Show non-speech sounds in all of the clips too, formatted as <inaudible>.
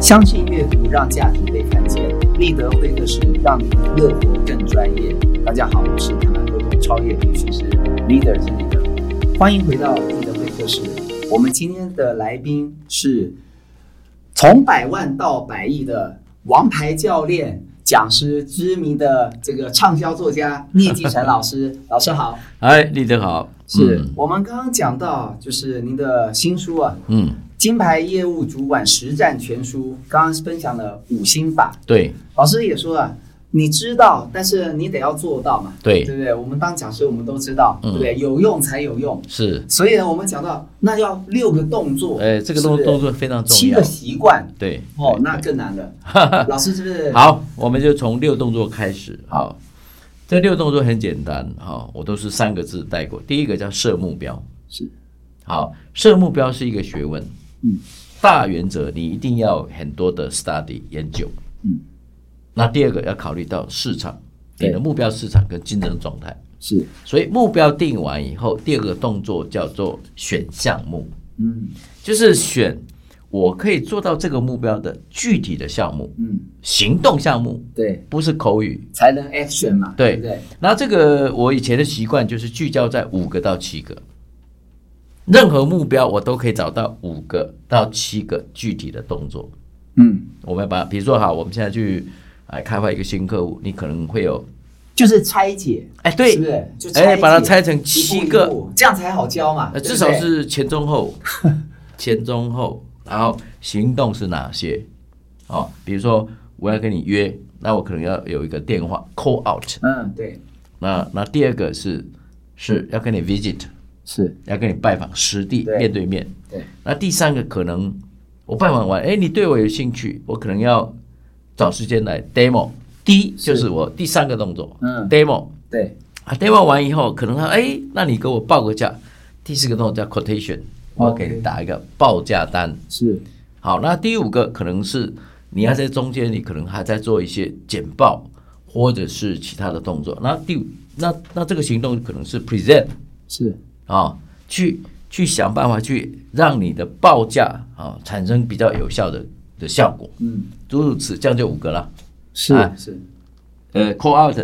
相信阅读让价值被看见，立德会客室让你的乐活更专业。大家好，我是台湾沟通超越培训师 Leader 之立德，欢迎回到立德会客室。我们今天的来宾是从百万到百亿的王牌教练、讲师、知名的这个畅销作家聂继成老师。老师好，哎，立德好，是、嗯我们刚刚讲到，就是您的新书啊，嗯， 《金牌业务主管实战全书》，刚刚分享了五心法，对老师也说了，你知道，但是你得要做到嘛，对对不对？我们当讲师，我们都知道，嗯对不对？有用才有用。是，所以呢，我们讲到那要六个动作，哎，这个是不动是动作非常重七要个，习惯，对哦，对那对更难 <laughs> 了。老师是不是？，好，我们就从六动作开始，好，这六动作很简单，哈，我都是三个字带过，第一个叫设目标，是，好，设目标是一个学问，嗯，大原则你一定要很多的 study 研究，嗯，那第二个要考虑到市场，你对的目标市场跟竞争状态，是，所以目标定完以后，第二个动作叫做选项目。嗯就是选我可以做到这个目标的具体的项目、嗯，行动项目，对，不是口语。才能 action 嘛，对不对？那这个我以前的习惯就是聚焦在五个到七个，任何目标我都可以找到五个到七个具体的动作。嗯，我们把比如说好，我们现在去哎开发一个新客户，你可能会有就是拆解，哎对是不是？就哎把它解拆成一步七一个，步这样才好教嘛，呃对不至少对是前 <laughs> 中后，前中后，然后行动是哪些？哦，比如说我要跟你约，那我可能要有一个电话 call out。嗯，对，那那第二个是是要跟你 visit，是要跟你拜访实地对面对面。对，那第三个可能我拜访完，哎，你对我有兴趣，我可能要找时间来 demo。第一就是我第三个动作，嗯，demo 对，啊，demo 完以后，可能他哎，那你给我报个价。第四个动作叫 quotation，我给 OK 你打一个报价单。是好，那第五个可能是你要在中间，你可能还在做一些简报或者是其他的动作。那第五，那那这个行动可能是 present 是，啊、去去想办法去让你的报价啊、产生比较有效的的效果。嗯，诸如此，这样就五个了。是啊是，呃 call out，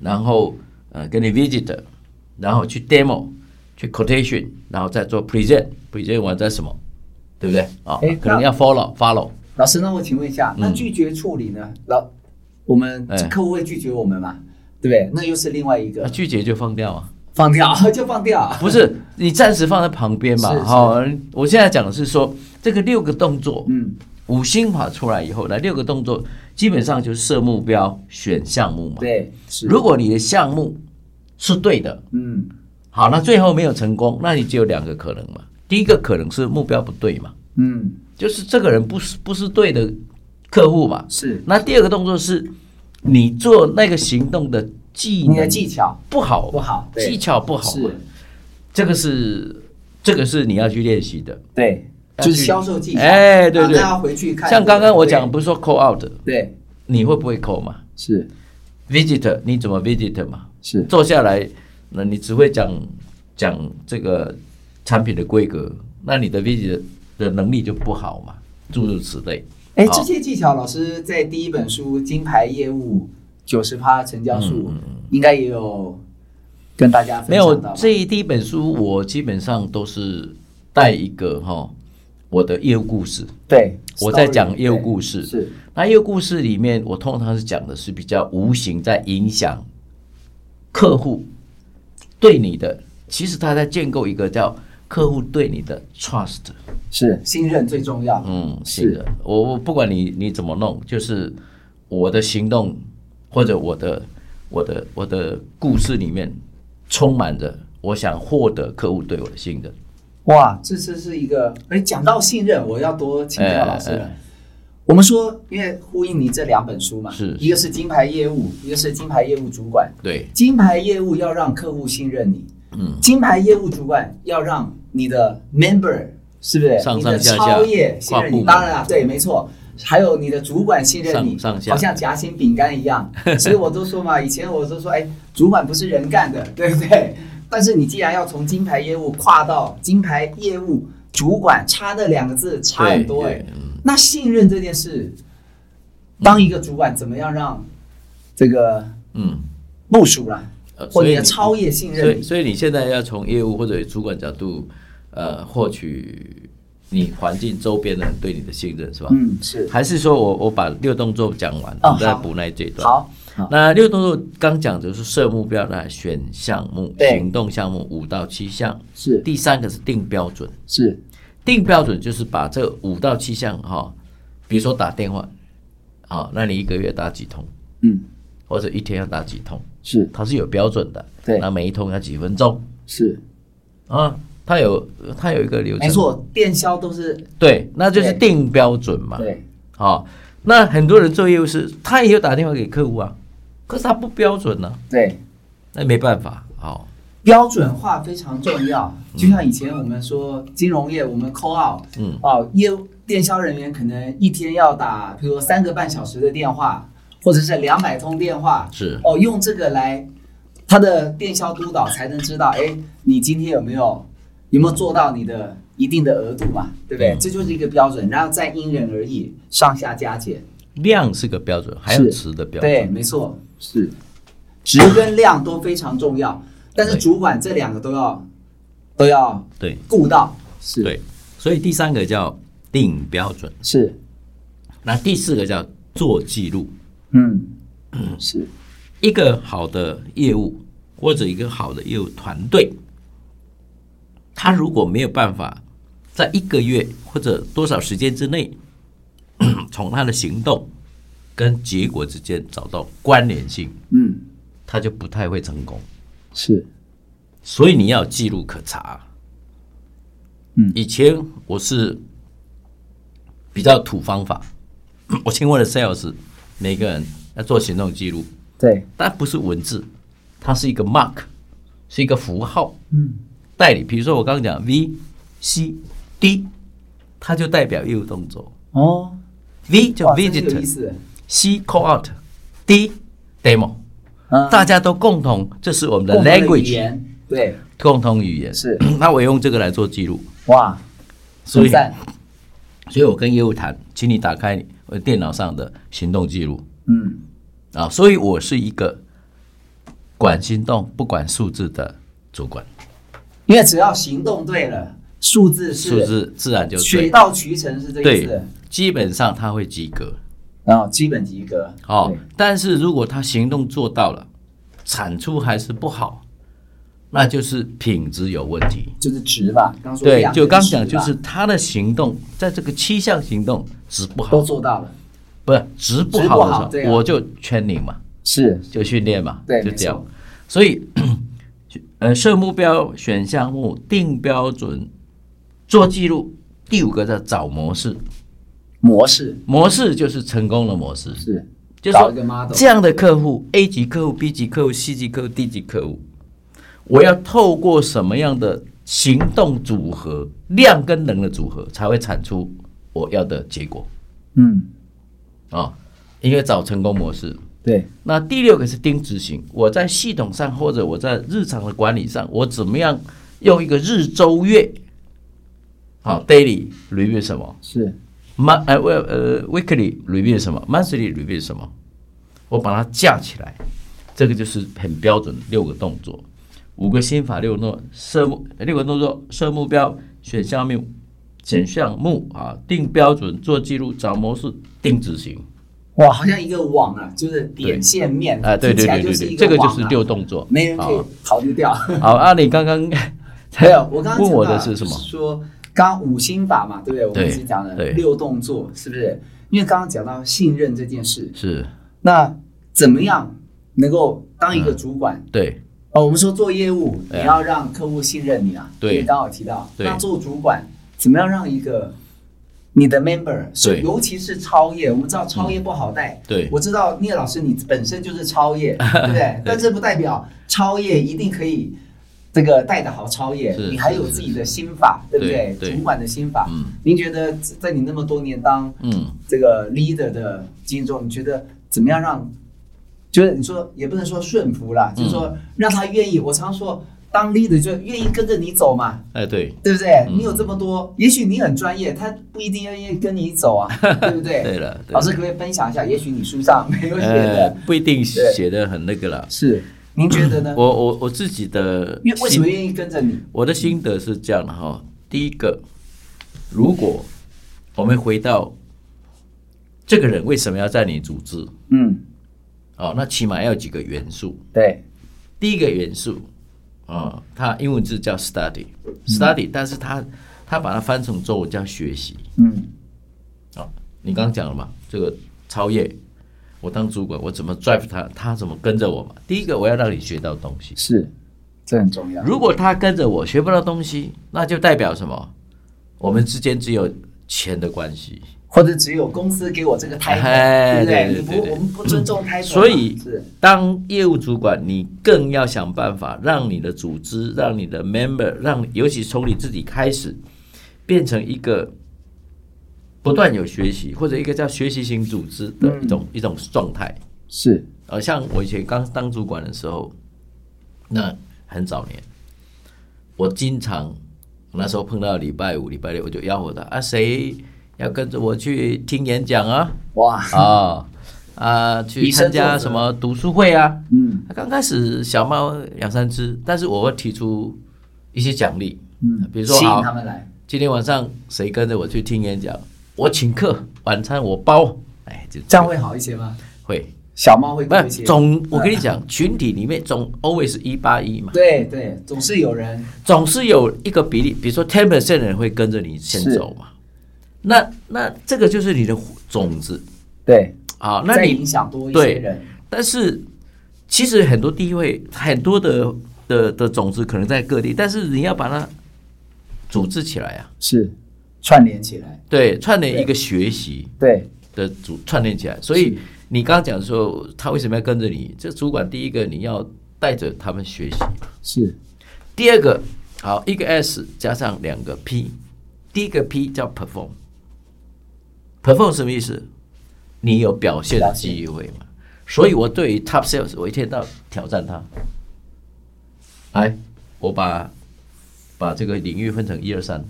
然后呃跟你 visit，然后去 demo，去 quotation，然后再做 present，present 完再什么，对不对啊诶？可能那要 follow follow，老师，那我请问一下，那拒绝处理呢？老，我们哎客户会拒绝我们吗？对不对？那又是另外一那个拒绝就放掉啊？放掉 <laughs> 就放掉，不是，你暂时放在旁边嘛嗯是。是好、我现在讲的是说这个六个动作，嗯，五星法出来以后，那六个动作基本上就是设目标、选项目嘛。，对，是，如果你的项目是对的，嗯好，那最后没有成功，那你只有两个可能嘛。第一个可能是目标不对嘛，嗯就是这个人不是不是对的客户嘛。是，那第二个动作是，你做那个行动的技你的能技巧不好，不好，对技巧不好嘛是，，这个是这个是你要去练习的。对，要就是去销售技巧，哎对啊对那要回去看，像刚刚我讲，对，不是说 call out，对，你会不会 call 嘛是？visit 你怎么 visit 嘛？是，坐下来，那你只会讲讲这个产品的规格，那你的 visit 的能力就不好嘛，诸如此类。哎，好这些技巧，老师在第一本书《金牌业务九十趴成交术》应该也有跟大家分嗯没享到有吧，这一第一本书，我基本上都是带一个哈、我的业务故事。对，我在讲 story，业务对故事是那业务故事里面，我通常是讲的是比较无形在影响客户对你的，其实他在建构一个叫客户对你的 trust。是信任最重要，嗯，是是的，我我不管你你怎么弄，就是我的行动或者我的我的我的故事里面充满着我想获得客户对我的信任。哇，这次是一个哎，讲到信任，我要多请教老师哎了哎。我们说，因为呼应你这两本书嘛，是一个是金牌业务，一个是金牌业务主管。对，金牌业务要让客户信任你，嗯，金牌业务主管要让你的 member 是不是上你的上下下超业信任跨部你？门当然啦，啊对，没错。还有你的主管信任你，上上下好像夹心饼干一 <laughs> 样。所以我都说嘛，以前我都说，哎，主管不是人干的，对不对？ <laughs> 但是你既然要从金牌业务跨到金牌业务主管，差那两个字差很多哎、对对嗯那信任这件事，当一个主管怎么样让这个嗯，部署啊啦、呃或所者以你的超越信所任以，所以你现在要从业务或者主管角度，呃，获取你环境周边的人对你的信任，是吧？嗯，是还是说我我把六动作讲完，哦我们再好补那一这一段。好，好，那六动作刚讲的是设目标，来选项目、对行动项目五到七项。是第三个是定标准，是定标准就是把这五到七项哈、比如说打电话，好、那你一个月打几通，嗯或者一天要打几通，是它是有标准的。对那每一通要几分钟是，啊？它有它有一个流程，没，错，电销都是对，那就是对定标准嘛。对好、那很多人做业务是，他也有打电话给客户啊，可是他不标准呢、对。那没办法，好、标准化非常重要，就像以前我们说金融业，我们 call out，嗯，哦，业务电销人员可能一天要打，比如说三个半小时的电话，或者是两百通电话，是哦，用这个来他的电销督导才能知道，哎，你今天有没有有没有做到你的一定的额度嘛，对不对？嗯这就是一个标准，然后再因人而异，上下加减。量是个标准，还有值的标对，准。没错，是值跟量都非常重要，但是对主管这两个都要都要对顾到，是对，所以第三个叫定标准，是，那第四个叫做记录。嗯，是一个好的业务或者一个好的业务团队，他如果没有办法在一个月或者多少时间之内， <coughs> 从他的行动跟结果之间找到关联性，嗯他就不太会成功。是所以你要有记录可查。嗯以前我是比较土方法， <clears throat> 我请问了 sales 每个人要做行动记录，对，但不是文字，它是一个 mark，是一个符号嗯代理。比如说我刚刚讲 V、C、D，它就代表业务动作哦， ，V 就哇真是有意 visitor，C 思， call out，D demo，嗯大家都共同，这是我们的共同的语 language，言对，共同语言是 <clears throat> 那我用这个来做记录，哇，所以很赞，所以我跟业务谈，请你打开你呃电脑上的行动记录嗯啊。所以我是一个管行动不管数字的主管，因为只要行动对了，数字数是字自然就水对。到渠成是这个意对思，，基本上他会及格然后基本及格哦对。但是如果他行动做到了，产出还是不好，那就是品质有问题。就是值吧，刚说对量，就跟刚值讲，就吧是他的行动，在这个七项行动值不都好，做到了，不是值不值不好好的对时啊候，我就圈你嘛。是就训练嘛，对就没这样错。所以， <clears throat> 呃，设目标、选项目、定标准、做记录，第五个叫找模式。模式模式就是成功的模式，是就是找一个说 model，这样的客户，A 级客户、B 级客户、C 级客户、D 级客户，我要透过什么样的行动组合、量跟能的组合，才会产出我要的结果嗯，啊、因为找成功模式，对，那第六个是盯执行，我在系统上或者我在日常的管理上，我怎么样用一个日周月，好 daily review 什么是 mon 呃呃呃 weekly review 什么 monthly review 什么，我把它架起来，这个就是很标准的六个动作，五个心法六个动作设目六个动作设目标选项目选项目啊定标准做记录找模式定执行哇，好像一个网啊，就是点线面啊对听对起来对就对是对，一这个就网是啊六动作，啊没人可以好逃得 <laughs> 掉。好，阿里刚 <laughs> 刚没有， <laughs> 我刚刚问我讲的到是什么？说刚五心法嘛，对不对？我们对一直讲的对六动作，是不是？因为刚刚讲到信任这件事，是那怎么样能够当嗯一个主管？对哦，我们说做业务，对啊你要让客户信任你啊。对因为刚好提到，对那做主管怎么样让一个你的 member，是对嗯尤其是超业，我们知道超业不好带。对我知道聂老师你本身就是超 <laughs> 业，对不对？但这不代表超业一定可以这个带得好超业，是你还有是自己的心法，对不对对？对主管的心法。嗯您觉得在你那么多年当嗯这个 leader 的经验中，你觉得怎嗯么样让？就是你说也不能说顺服啦，就是说让他愿意。我常说当 leader 就愿意跟着你走嘛，哎，对，对不对？你有这么多，也许你很专业，他不一定愿意跟你走 <laughs> 啊，对不对？对了，对老师可不可以分享一下？也许你书上没有写呃的，，不一定写的很那个啦。是您觉得呢？我我我自己的因为为什心么愿意跟着你？我的心得是这样的哈，第一个，如果我们回到这个人为什么要在你组织嗯，哦，那起码要有几个元素。对，第一个元素啊、它英文字叫 study，study，、但是它它把它翻成中文叫学习嗯啊、你刚刚讲了嘛，这个超越我当主管，我怎么 drive 他，他怎么跟着我嘛？第一个我要让你学到东西，是，这很重要。如果他跟着我学不到东西，那就代表什么？我们之间只有钱的关系。或者只有公司给我这个哎 title，对对不对你对不，对我们不尊重 title，所以是，当业务主管，你更要想办法让你的组织、让你的 member、让尤其从你自己开始，变成一个不断有学习或者一个叫学习型组织的一种、一种状态。是，呃，像我以前刚当主管的时候，那很早年，我经常那时候碰到礼拜五、礼拜六，我就吆喝他啊，谁要跟着我去听演讲啊？哇，啊啊，去以身参作加则什么读书会啊？嗯刚开始小猫两三只，但是我会提出一些奖励，嗯，比如说吸引好他们来，今天晚上谁跟着我去听演讲，我请客，晚餐我包，哎，就这样会好一些吗？会。小猫会不多一是些，总，我跟你讲，群体里面总 always 一八一嘛，对对，总是有人总是有一个比例，比如说 ten percent 的人会跟着你先是走嘛。那那这个就是你的种子对啊。那在你影响多一些对人，但是其实很多地位，很多的的的种子可能在各地，但是你要把它组织起来啊，是串联起来，对，串联对一个学习对，的组串联起来。所以你刚刚讲说他为什么要跟着你？这主管第一个你要带着他们学习。是第二个，好，一个 S 加上两个 P，第一个 P 叫 perform。perform 什么意思？你有表现的机会嘛？所以我对于 top sales，我一天到挑战他。来，我把把这个领域分成一二三，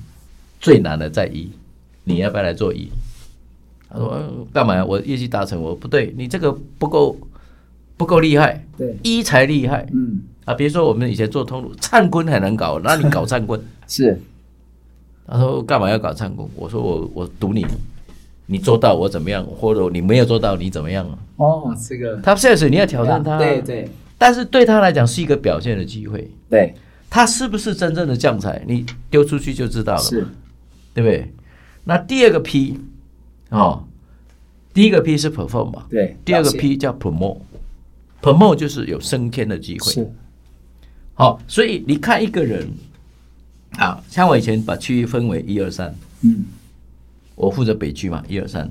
最难的在一，你要不要来做一？他说呃干嘛呀？我业绩达成，我不对，你这个不够不够厉害，对一才厉害。嗯啊，比如说我们以前做通路，灿坤很难搞，那你搞 <laughs> 灿坤，是他说干嘛要搞灿坤？我说我我赌你，你做到我怎么样，或者你没有做到你怎么样啊？哦，这个他 sales 你要挑战他、啊对。对但是对他来讲是一个表现的机会，对他是不是真正的将才，你丢出去就知道了，是对不对？那第二个 P，哦，第一个 P 是 perform 嘛，对，第二个了解 P 叫 promote，promote 就是有升天的机会，是好、所以你看一个人，啊，像我以前把区域分为一二三，嗯我负责北区嘛，一二三，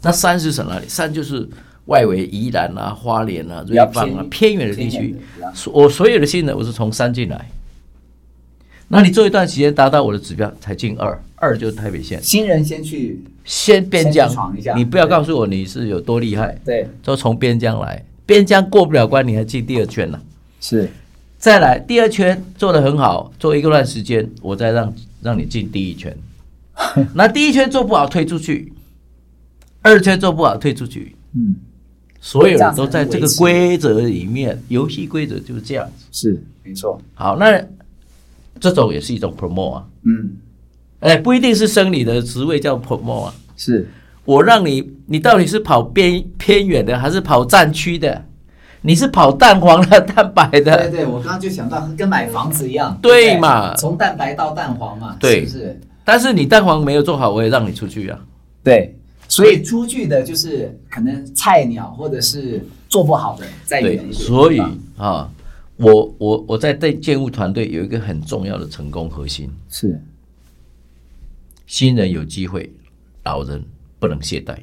那三是什么？三就是外围宜兰啊、花莲啊、比瑞较芳啊偏偏远的地偏远区的比较，所我所有的新人我是从三进来，那你做一段时间达到我的指标才进二，二就是台北县，新人先去先边先疆去闯一下，你不要对告诉我你是有多厉害，对都从边疆来，边疆过不了关你还进第二圈呢、是再来第二圈做得很好，做一个段时间，我再让让你进第一圈。那第一圈做不好退出去，二圈做不好退出去，嗯所有人都在这个规则里面，游戏规则就是这样子。是没错，好，那这种也是一种 promo 啊，嗯哎，不一定是生理的职位叫 promo 啊，是我让你，你到底是跑边偏远的还是跑战区的？你是跑蛋黄的、蛋白的？对对，我刚刚就想到跟买房子一样，对不嘛从蛋白到蛋黄嘛，对是不是？但是你蛋黄没有做好，我也让你出去啊。对，所以出去的就是可能菜鸟或者是做不好的，在远一点对，的地方所以啊，我我我在对建物团队有一个很重要的成功核心：是新人有机会，老人不能懈怠。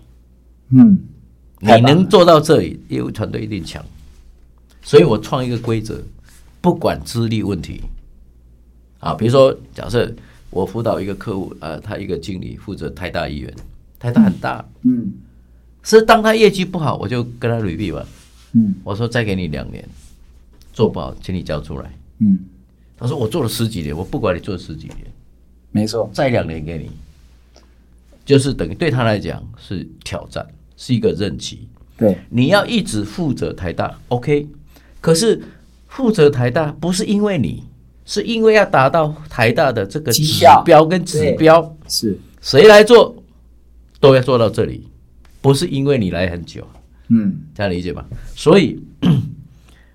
嗯你能做到这里，业务团队一定强。所以我创一个规则，不管资历问题，啊，比如说假设我辅导一个客户，呃，他一个经理负责台大医院，台大很大，嗯是当他业绩不好，我就跟他 review 吧，嗯我说再给你两年，做不好请你交出来。嗯他说我做了十几年，我不管你做十几年，没错，再两年给你，就是等于对他来讲是挑战，是一个任期。对，你要一直负责台大，OK？可是负责台大不是因为你，是因为要达到台大的这个绩指效标跟指对标，是，谁来做都要做到这里，不是因为你来很久，嗯，这样理解吧？所以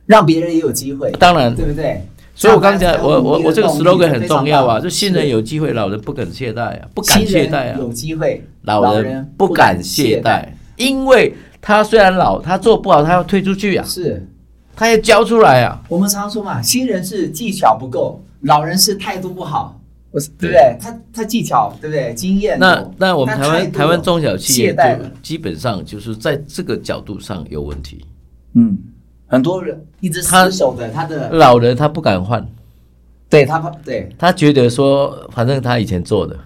让别人也有机会，当然对不对？所以我刚才上班我我我这个才有努力的 slogan 很重要非常啊，棒就新人有机会，老人不肯懈怠啊，不敢懈怠新人啊，有机会，老人不敢懈怠，因为他虽然老，他做不好，他要退出去啊，是他要交出来啊，我们常说嘛，新人是技巧不够，老人是态度不好，我是对不对？他他技巧对不对？经验那有那我们他台态湾度台湾中小企业懈怠就了，基本上就是在这个角度上有问题，嗯，很多人一直他死守的他的，老人他不敢换，对他怕对他觉得说反正他以前做的，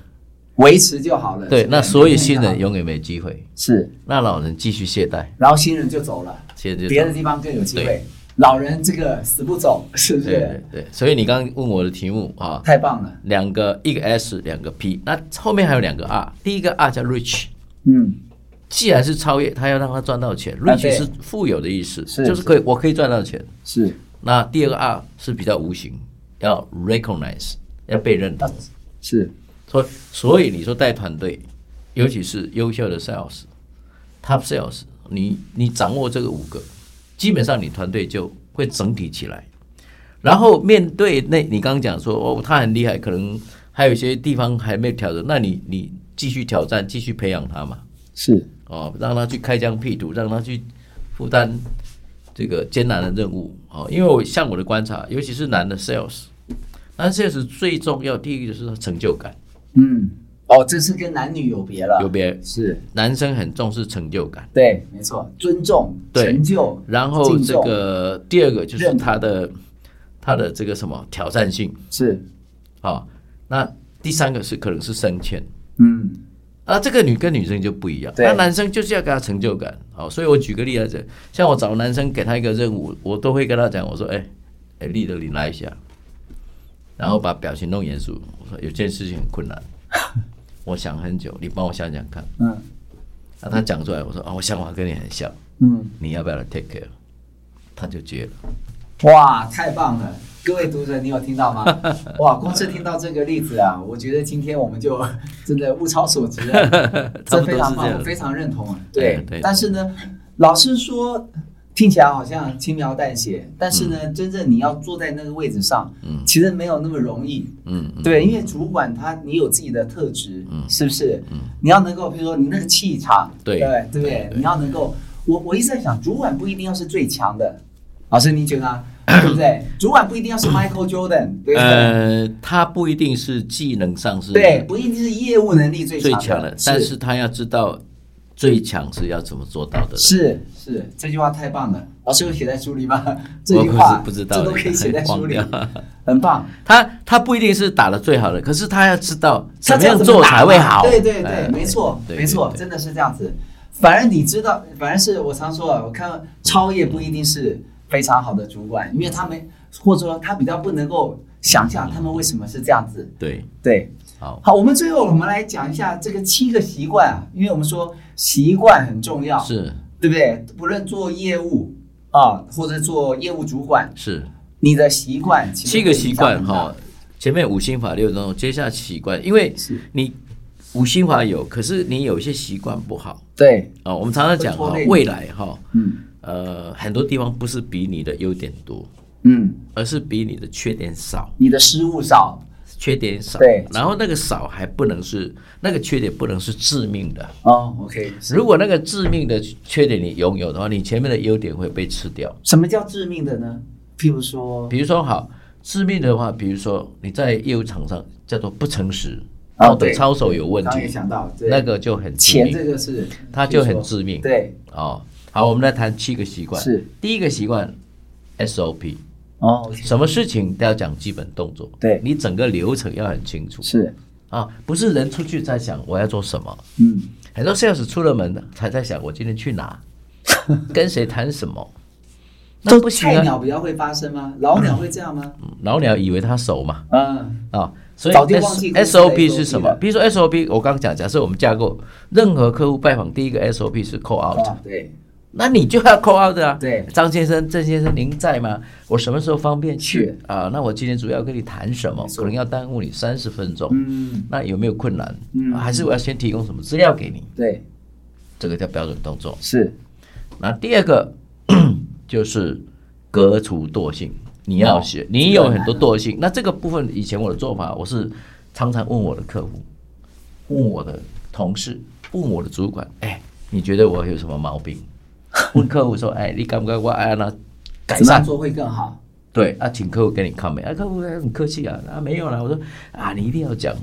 维持就好了。对，是那所以新那人个永远没机会，是，那老人继续懈怠，然后新人就走了，现在就别的地方更有机会对。老人这个死不走，是不对是对？对，所以你刚刚问我的题目啊，太棒了，两个一个 S，两个 P，那后面还有两个 R。第一个 R 叫 rich，嗯，既然是超越，他要让他赚到钱。啊 rich 对是富有的意思，是就是可以我可以赚到钱。是那第二个 R 是比较无形，要 recognize，要被认同。是，所以所以你说带团队，尤其是优秀的 sales、top sales，你你掌握这个五个，基本上你团队就会整体起来。然后面对那，你刚刚讲说哦，他很厉害，可能还有一些地方还没有调整，那你你继续挑战，继续培养他嘛，是哦，让他去开疆辟土，让他去负担这个艰难的任务，哦，因为我像我的观察，尤其是男的 sales，男 sales 最重要第一个就是成就感，嗯，哦，这是跟男女有别了，有别是，男生很重视成就感，对，没错，尊重、对成就，然后敬这重个第二个就是认他的他的这个什么挑战性是，啊、那第三个是可能是升迁嗯，啊，这个女跟女生就不一样，对那男生就是要给他成就感好，所以我举个例来讲，像我找男生给他一个任务，我都会跟他讲，我说哎哎，立德你来一下，然后把表情弄严肃，我说有件事情很困 <laughs> 难，我想很久，你帮我想想看。嗯那他讲出来，我说啊、我想法跟你很像。嗯，你要不要来 take care？他就接了。哇，太棒了！各位读者，你有听到 <laughs> 吗？哇，光是听到这个例子啊，我觉得今天我们就真的物超所值 <laughs>，了差不多非常棒，是这样我非常认同啊。对对对，但是呢，老师说听起来好像轻描淡写，但是呢，真正你要坐在那个位置上，嗯其实没有那么容易。嗯嗯，对，因为主管他你有自己的特质，嗯是不是？嗯你要能够，比如说你那个气场，对对不对对对你要能够，我我一直在想，主管不一定要是最强的，老师您觉得呢？对不 <coughs> 对？主管不一定要是 Michael Jordan，对不对？呃，他不一定是技能上是对，不一定是业务能力最最强强的，但是他要知道最强是要怎么做到的。是是，这句话太棒了，老师有写在书里吗？这我句可话是不知道这的，都可以写在书里 <laughs> 忘，掉很棒。他他不一定是打的最好的，可是他要知道他怎么这样样做才会好。对对对哎，没错，对没错，对对真的是这样子。反而你知道，反而是我常说啊，我看超越不一定是非常好的主管，因为他们或者说他比较不能够想象他们为什么是这样子。哎对，对，好，好，我们最后我们来讲一下这个七个习惯啊，因为我们说习惯很重要，是对不对？不论做业务啊，或者做业务主管，是你的习惯其实七个习惯会影响很大哈，，前面五心法六中，接下来习惯，因为是你五心法有，可是你有一些习惯不好。对，啊、我们常常讲会拖哈累，你未来哈，嗯呃，很多地方不是比你的优点多，嗯，而是比你的缺点少，你的失误少，缺点少。对然后那个少还不能是那个缺点不能是致命的，哦，OK，如果那个致命的缺点你拥有的话，你前面的优点会被吃掉。什么叫致命的呢？譬如说，比如说好，致命的话，比如说你在业务场上叫做不诚实，哦道德对操守有问刚刚也题，想到，对那个就很致钱命这个是，它就很致比命如说对，哦。好，我们来谈七个习惯。是第一个习惯，SOP。哦，OK，什么事情都要讲基本动作，对你整个流程要很清楚是，啊，不是人出去在想我要做什么，嗯，<laughs> 很多 sales 出了门才在想我今天去哪，跟谁谈什么，那那不行菜啊！鸟比较会发生吗？老鸟会这样吗？老鸟以为他熟嘛，嗯，啊，所以早就忘记 S 公司 O 的 P SOP 是什么了？比如说 S O P，我刚刚讲，假设我们架构任何客户拜访，第一个 S O P 是 call out，、啊对那你就要 call out 啊。对张先生、郑先生，您在吗？我什么时候方便去是啊？那我今天主要跟你谈什么没？错可能要耽误你三十分钟。嗯那有没有困难？嗯啊还是我要先提供什么资料给你？对这个叫标准动作。是那第二个 <clears throat> 就是革除惰性，你要哦学，你有很多惰性。那这个部分以前我的做法，我是常常问我的客户，问我的同事，问我的主管，哎，你觉得我有什么毛病？问客户说，哎，你敢不敢我哎那改怎么善样？做会更好？对啊，请客户给你 comment，啊，客户还很客气啊，啊没有啦，我说啊，你一定要讲，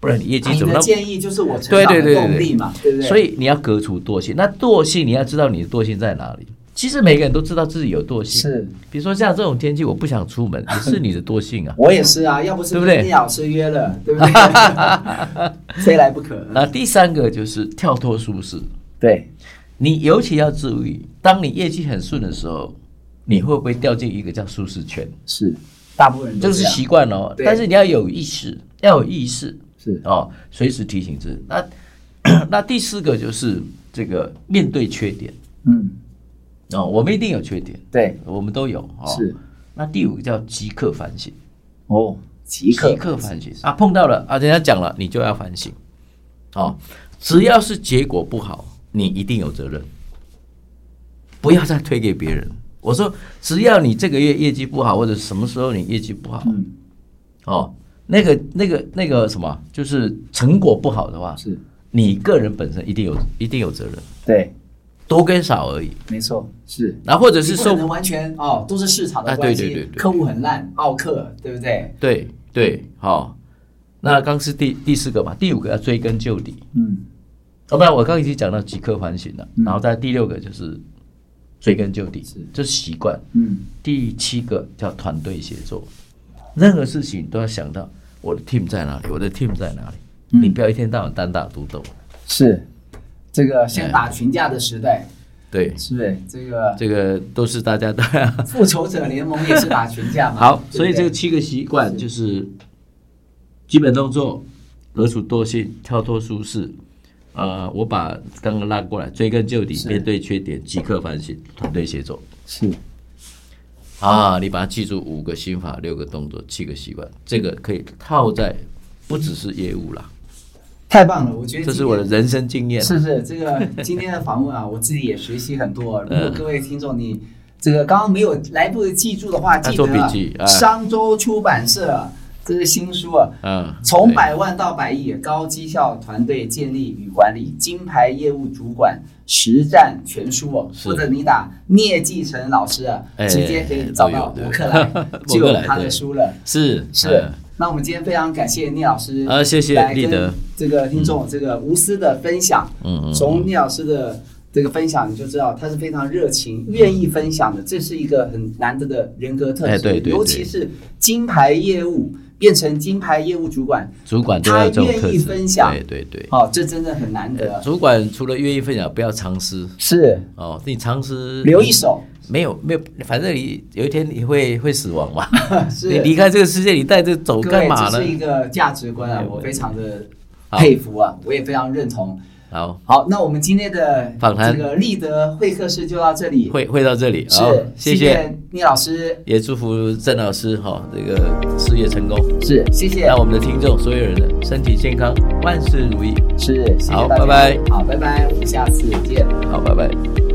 不然你业绩啊你怎么的那么建议就是我成对长对的对动力对嘛，对不对？所以你要革除惰性，那惰性你要知道你的惰性在哪里。其实每个人都知道自己有惰性，是。比如说像这种天气，我不想出门，也是你的惰性啊我也是啊，要不是对不跟对聂老师约了，对不 <laughs> 对？非来不可。那第三个就是跳脱舒适，对，你尤其要注意，当你业绩很顺的时候，你会不会掉进一个叫舒适圈？是大部分人这都个是样习惯哦，对但是你要有意识，要有意识是哦，随时提醒自己。那 <coughs> 那第四个就是这个面对缺点嗯，哦，我们一定有缺点，对，我们都有哦。是那第五个叫即刻反省，哦，即刻反省啊，碰到了啊，人家讲了，你就要反省。哦，只要是结果不好，你一定有责任，不要再推给别人。我说，只要你这个月业绩不好，或者什么时候你业绩不好，嗯哦，那个、那个、那个什么，就是成果不好的话，是你个人本身一定有、一定有责任，对，多跟少而已。没错，是。然后或者是你不可受能完全哦，都是市场的啊关系，对对对对客户很烂，奥客，对不对？对对，好、那刚是第第四个嘛，第五个要追根究底。嗯，要哦不然我刚刚已经讲到即刻反省了，然后在第六个就是追根究底，这嗯是习惯。嗯，第七个叫团队协作，任何事情都要想到我的 team 在哪里，我的 team 在哪里。你不要一天到晚单打独斗。是这个像打群架的时代，哎对，是不是？这个这个都是大家的。 <laughs> 复仇者联盟也是打群架嘛。好，对不所以这个对七个习惯就是基本动作、革除惰性、跳脱舒适。呃，我把刚刚拉过来，追根究底，面对缺点，即刻反省，团队协作。是啊，你把它记住五个心法、六个动作、七个习惯，这个可以套在不只是业务啦，太棒了，我觉得今这是天我的人生经验。是是，这个今天的访问啊，我自己也学习很多。如嗯果各位听众你这个刚刚没有来不及记住的话，啊记得做笔记啊商周出版社这是新书啊，嗯，从百万到百亿，高绩效团队建立与管理，金牌业务主管实战全书哦，是或者你打聂继成老师啊，哎直接可以找到都博有客 <laughs> 来对就博客有来他的对书了。是是嗯，那我们今天非常感谢聂老师，啊谢谢来跟立德这个听众这个无私的分享，嗯嗯从聂老师的这个分享你就知道他是非常热情、愿意分享的，这是一个很难得的人格特质，哎对对尤其是金牌业务变成金牌业务主管，主管都要有这种他特愿意质，分享对对对。哦，这真的很难呃得，主管除了愿意分享，不要藏私是哦。你藏私留一，手，没有没有，反正你有一天你会 <laughs> 会死亡嘛。是你离开这个世界，你带着走各位干嘛这呢是？一个价值观啊对，我对非常的好佩服啊，我也非常认同。好，好，那我们今天的访谈这个立德会客室就到这里。会会到这里，是好，，谢谢，聂老师，也祝福郑老师哈这个事业成功。是谢谢让，我们的听众所有人的身体健康，万事如意。是谢谢好大家拜拜，好，拜拜，我们下次见。好，拜拜。